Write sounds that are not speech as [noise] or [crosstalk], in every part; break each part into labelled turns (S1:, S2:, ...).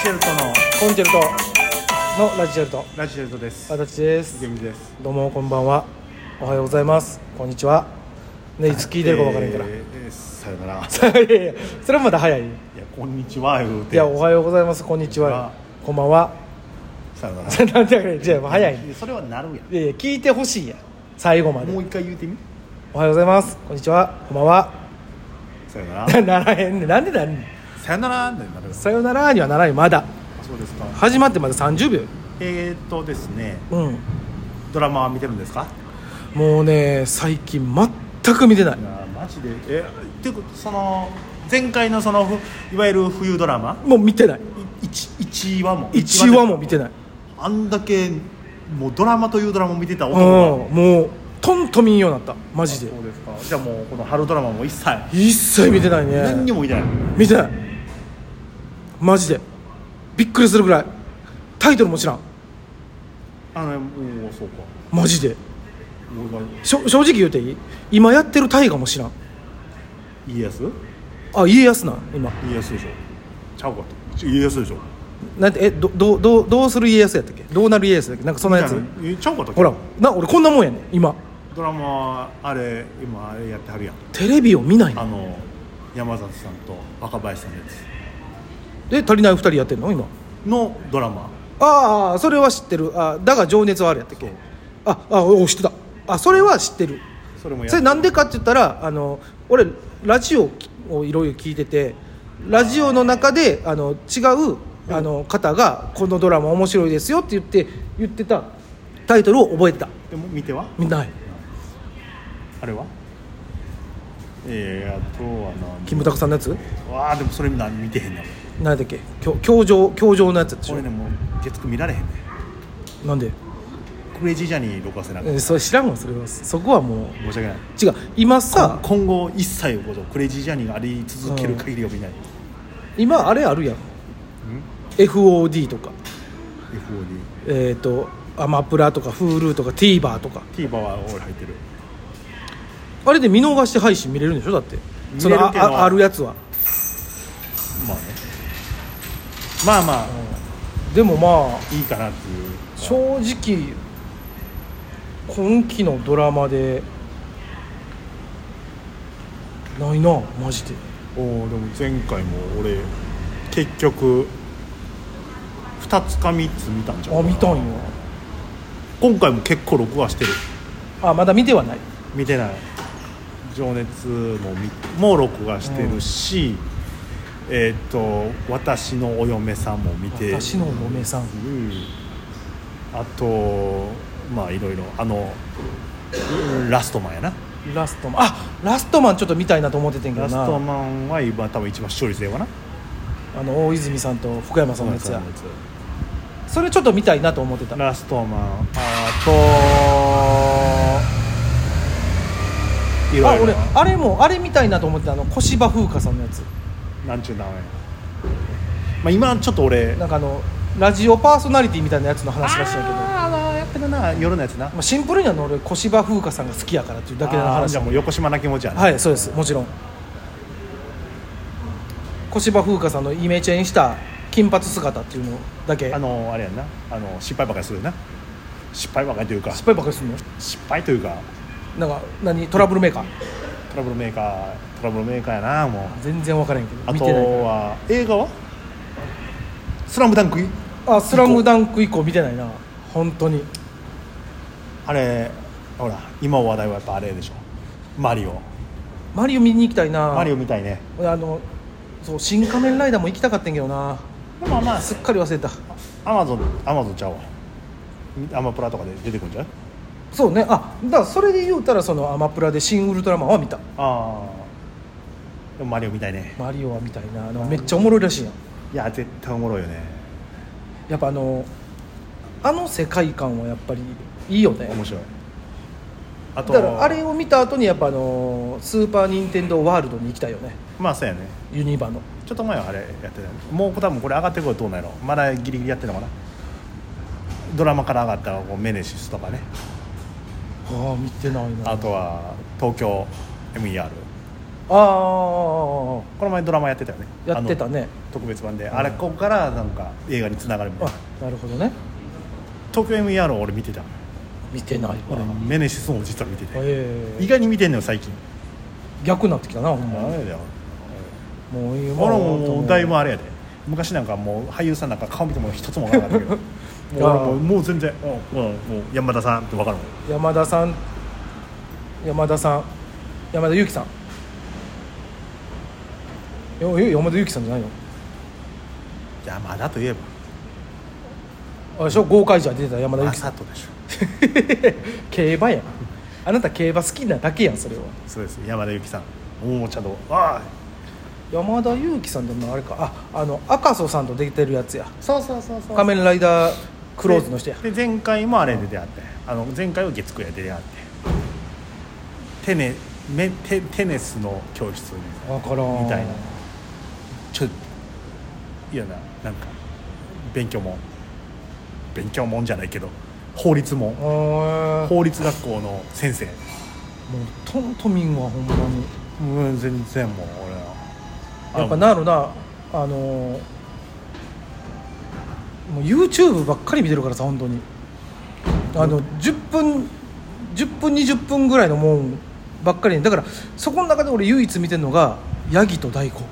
S1: シェルトの
S2: コンチェルトのラジチェルト
S1: ラジシェルトです
S2: 私です
S1: 池水です
S2: どうもこんばんはおはようございますこんにちはねいつ聞いてるか分からへんから、
S1: えーえーさよならい
S2: いやいやそれはまだ早いよ
S1: やこんにちは言うて
S2: いやおはようございますこんにちはこんばんは [laughs]
S1: さよなら
S2: なんでやねんじゃあ早い
S1: やそれはなるや
S2: いやいや聞いてほしいやん最後ま
S1: ん
S2: で
S1: もう一回言うてみ
S2: おはようございますこんにちはこんばんは [laughs]
S1: さよなら
S2: ならへんねんなんでなんねん
S1: さよならってなる
S2: さよならにはならないまだ
S1: そうですか
S2: 始まってまだ30秒よ
S1: えー、っとですね
S2: うん
S1: ドラマは見てるんですか
S2: もうね最近全く見てない
S1: いやマジでえっていうかその前回のそのふいわゆる冬ドラマ
S2: もう見てない
S1: 1話も
S2: 1話も見てない
S1: あんだけもうドラマというドラマを見てた
S2: うん
S1: 男が
S2: もうとんと見んようになったマジで
S1: そうですかじゃあもうこの春ドラマも一切
S2: 一切見てない
S1: 何に
S2: ね
S1: も見てない
S2: 見てないマジでびっくりするぐらいタイトルも知らん
S1: あのもうそうか
S2: マジで
S1: 俺が
S2: しょ正直言うていい今やってる大河も知らん
S1: 家康
S2: あ家康なん今
S1: 家康でしょちゃうかと家康でしょ
S2: なんてえどどうどうどうする家康やったっけどうなる家康やったっけなんかそんなやつ
S1: みたいなえちゃうかと
S2: ほらな俺こんなもんやねん今
S1: ドラマあれ今あれやってはるやん
S2: テレビを見ないの
S1: あの山里さんと若林さんのやつ
S2: で足りない2人やってんの今
S1: のドラマ
S2: ああそれは知ってるあだが情熱はあるやったっけああお知ってたあそれは知ってる
S1: それもや
S2: それなんでかって言ったらあの俺ラジオをいろいろ聞いててラジオの中であの違うあの方が「このドラマ面白いですよ」って言って言ってたタイトルを覚えてた
S1: でも見ては
S2: 見ない
S1: あれはえー、あとは何
S2: キムタクさんのやつ
S1: わあでもそれな見てへんな
S2: 何だっけ教教場教場のやつでしょ
S1: 俺ねもう月9見られへんね
S2: なんで
S1: クレイジージャーニー録画せなくて
S2: えそれ知らんわそれはそこはも
S1: 申し訳ないう
S2: 違う今さ
S1: こ今後一切のことクレイジージャーニーがあり続ける限りを見ない、
S2: 今あれあるやん FOD とか
S1: FODTVer
S2: えっ、とアマプラとか Hulu とか TVer とか
S1: は俺入ってる
S2: あれで見逃して配信見れるんでしょだって
S1: 見
S2: そ
S1: れるけ
S2: の
S1: ど
S2: あああるやつは
S1: まあねまあまあ、
S2: でもまあ
S1: いいかなっていう
S2: 正直今期のドラマでないなマジで
S1: おーでも前回も俺結局2つか3つ見たんじゃん
S2: あ見たんよ
S1: 今回も結構録画してる
S2: あまだ見てはない
S1: 見てない情熱も見もう録画してるし、えっ、と私のお嫁さんも見て
S2: 私の嫁さん
S1: あとまあいろいろあのうんラストマンやな
S2: ラストマンあラストマンちょっと見たいなと思っててんけど
S1: ラスト
S2: な
S1: マンは今多分一番視聴率ええわな
S2: あの大泉さんと福山さんのやつや
S1: ラストマンのや
S2: それちょっと見たいなと思ってた
S1: つラストマンあとい
S2: あ
S1: ろい
S2: 俺
S1: ろ
S2: あれもあれみたいなと思ってたあの小芝風花さんのやつ
S1: なんちゅう名前まあ今ちょっと俺
S2: なんかあのラジオパーソナリティみたいなやつの話らしいんやけど
S1: あーあのやってるな夜のやつな
S2: まあ、シンプルには俺小芝風花さんが好きやからっていうだけの
S1: あー
S2: 話
S1: じゃあもう横島な気持ちやな、
S2: はいそうですもちろん小芝風花さんのイメチェンした金髪姿っていうのだけ
S1: あのあれやんなあの失敗ばかりするな失敗ばかりというか
S2: 失敗ばっかりするの
S1: 失敗というか
S2: なんか何トラブルメーカー
S1: トラブルメーカートラブルメーカーやなもう
S2: 全然分からへんけど
S1: あ
S2: 見
S1: と
S2: てないか
S1: は映画は「スラムダンク
S2: らあスラムダンク以降見てないな本当に
S1: あれほら今話題はやっぱあれでしょマリオ
S2: マリオ見に行きたいな
S1: マリオみたいね
S2: 俺あのそう新仮面ライダーも行きたかったんけどな
S1: でもまあ
S2: すっかり忘れた
S1: アマゾンアマゾンちゃうわアマプラとかで出てくるんじゃない
S2: そうねあだからそれで言うたらそのアマプラで「新ウルトラマン」は見た
S1: ああでもマリオみたいね
S2: マリオは見たいななんかめっちゃおもろいらしいやん
S1: いや絶対おもろいよね
S2: やっぱあのあの世界観はやっぱりいいよね
S1: 面白いあと
S2: だからあれを見た後にやっぱあのスーパー・ニンテンドー・ワールドに行きたいよね
S1: まあそうやね
S2: ユニバの
S1: ちょっと前はあれやってたよねもう多分これ上がってくるとどうなんやろまだギリギリやってるのかなドラマから上がったこうメネシスとかね
S2: ああ見てないな
S1: あとは東京 MER
S2: あー
S1: この前ドラマやってたよね
S2: やってたね
S1: あの特別版で、あれここからなんか映画につながるみたいな
S2: あなるほどね
S1: 東京 MER を俺見てた
S2: 見てないわ
S1: 俺メネシスも実は見てて
S2: ええ
S1: 意外に見てんのよ最近
S2: 逆になってきたなほんま
S1: あれだよ
S2: もう今
S1: 俺ももうだいぶ
S2: あ
S1: あれやで昔なんかもう俳優さんなんか顔見ても一つも分からなか [laughs] ったけどもう俺も
S2: あー
S1: もう全然うんうんもう山田さんって分かるもん
S2: 山田さん山田さん山田裕貴さんよよ山田裕貴さんじゃないの
S1: 山田といえば
S2: あれでしょ豪快じゃ出てた山田裕
S1: マ
S2: 貴さん
S1: サトでしょ
S2: [laughs] 競馬やんあなた競馬好きなだけやんそれは
S1: そうです山田由紀さんもうちゃんとああ
S2: 山田裕貴さんでもあれかああの赤楚さんと出てるやつや
S1: そうそうそうそう
S2: 仮面ライダークローズの人や
S1: でで前回もあれで出会ってあの前回は月9夜で出会ってテネメテテネスの教室に
S2: 分からん
S1: みたいなちょっといやななんか勉強も勉強もんじゃないけど法律も
S2: あーもう
S1: 法律学校の先生
S2: トントミンはほんまに
S1: うん全然もう俺は
S2: やっぱなるなあのーもう YouTube ばっかり見てるからさ本当にあの10分10分20分ぐらいのもんばっかりだからそこの中で俺唯一見てるのがヤギと大悟、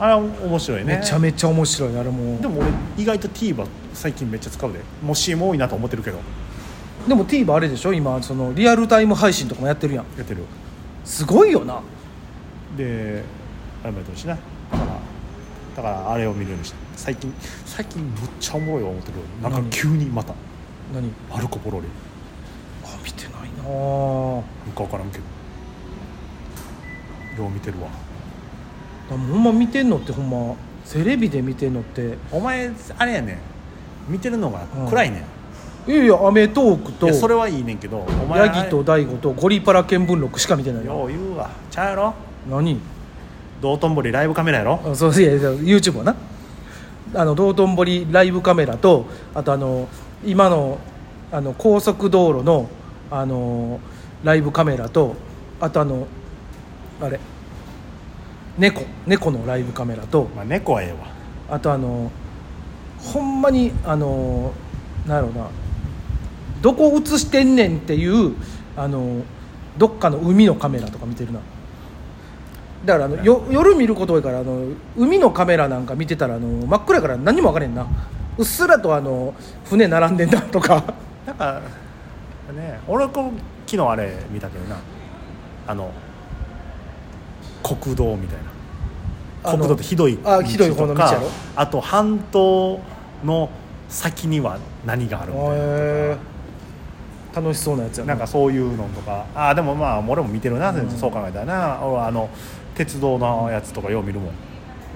S1: あれは面白いね
S2: めちゃめちゃ面白いあれもう
S1: でも俺意外と TVer 最近めっちゃ使うでもしも多いなと思ってるけど
S2: でも TVer あれでしょ今そのリアルタイム配信とかもやってるやん
S1: やってる
S2: すごいよな
S1: であれもやってるしなだからだからあれを見るようにした最近最近むっちゃおもろいわ思ってるけどなんか
S2: 何
S1: 急にまた
S2: 何
S1: マルコ・ポロリ
S2: あ見てないなあ
S1: なんか分からんけどよう見てるわ
S2: でもほんま見てんのってほんまテレビで見てんのって
S1: お前あれやねん見てるのが
S2: うん
S1: 暗いねん、
S2: いやいや『アメトーーク』と
S1: いやそれはいいねんけどお前あ
S2: ヤ
S1: れ
S2: ギと大悟とゴリパラ見聞録しか見てない
S1: よ
S2: よ
S1: う言うわちゃうやろ
S2: 何
S1: 道頓堀ライブカメラやろ
S2: あそういやいや YouTube はなあの道頓堀ライブカメラとあとあの今のあの高速道路のあのライブカメラとあとあのあれ猫猫のライブカメラと
S1: まあ猫はええわ
S2: あとあのほんまにあのなんやろうなどこ映してんねんっていうあのどっかの海のカメラとか見てるなだからあのよ夜見ること多いからあの海のカメラなんか見てたらあの真っ暗やから何にも分からへんなうっすらとあの船並んでんなとか
S1: なんかね俺はこう昨日あれ見たけどなあの国道みたいな
S2: あの
S1: [laughs] 国道ってひどい
S2: あひどい方の道やろ
S1: とかあと半島の先には何があるみたい
S2: へー楽しそうなやつや
S1: ななんかそういうのとかああでもまあ俺も見てるな、全然そう考えたらな俺はあの鉄道のやつとかよう見るもん、
S2: な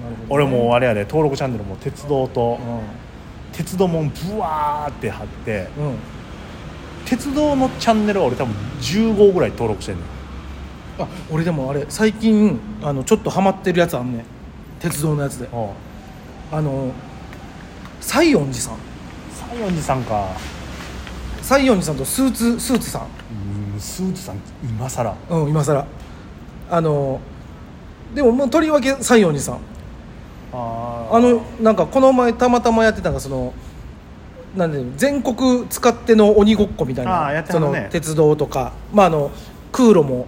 S2: るほど
S1: 俺
S2: ね
S1: もうあれやで登録チャンネルも鉄道と、
S2: う
S1: 鉄道もんブワーって貼って
S2: ん、うん、
S1: 鉄道のチャンネルは俺多分15ぐらい登録してんのよ
S2: あ俺でもあれ最近あのちょっとハマってるやつあんねん鉄道のやつで
S1: うん
S2: あの西園寺さん
S1: 西園寺さんか、
S2: 西園寺さんとスーツスーツさん、
S1: うん、スーツさん今更
S2: うん、今更あのでももうとりわけ西園寺さん
S1: あ
S2: あのなんかこの前たまたまやってたのがそのなんで全国使っての鬼ごっこみたいな
S1: あーやっては
S2: そ
S1: るね
S2: の鉄道とか、まあ、あの空路も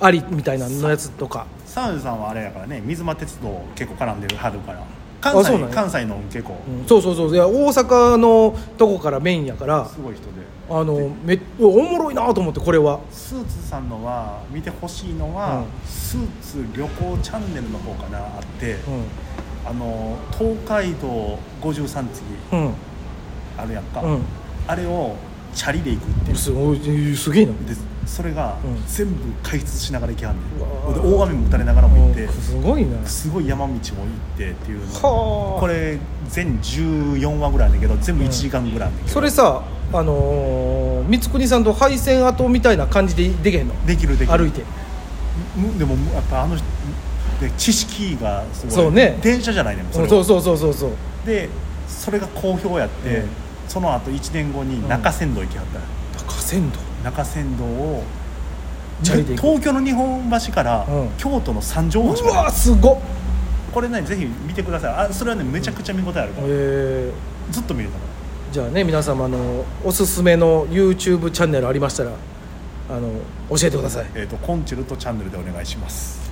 S2: ありみたいなのやつとか
S1: 西園寺さんはあれやからね水間鉄道結構絡んでるはるから
S2: あ
S1: 関
S2: そ
S1: 西
S2: うなんや
S1: 関西の結構
S2: うんそうそうそういや大阪のとこからメインやから
S1: すごい人で
S2: あのめおもろいなと思ってこれは
S1: スーツさんのは見てほしいのは、
S2: うん
S1: スーツ旅行チャンネルの方かなあって、
S2: う
S1: あの東海道53次
S2: んうん
S1: あるやんか、
S2: うん
S1: あれをチャリで行くっていう
S2: すごいすげえな
S1: でそれが
S2: うん
S1: 全部開通しながら行きはんねん
S2: うわ
S1: で大雨も打たれながらも行って
S2: すごいな
S1: すごい山道も行ってっていう
S2: は
S1: の
S2: あ
S1: これ全14話ぐらいだけど全部
S2: うん
S1: 1時間ぐらいだけど、
S2: それさあのー、光国さんと配線跡みたいな感じでできへんの
S1: できるできる
S2: 歩いて
S1: むでもやっぱあの人で知識がすごい
S2: そうね
S1: 電車じゃないねんそ
S2: そ
S1: れ
S2: う
S1: は
S2: そうそうそうそう
S1: でそれが好評やって、
S2: うん
S1: その後1年後に中山道行きはった、
S2: 高仙道
S1: 中山道を
S2: チャリで行く
S1: 東京の日本橋から、
S2: うん
S1: 京都の三条橋
S2: う
S1: まで
S2: わすごっ
S1: これねぜひ見てくださいあそれはねめちゃくちゃ見応えあるから、
S2: え
S1: ずっと見れたから
S2: ーじゃあね皆様のおすすめの YouTube チャンネルありましたらあの教えてください
S1: えー、とコンチェルトチャンネルでお願いします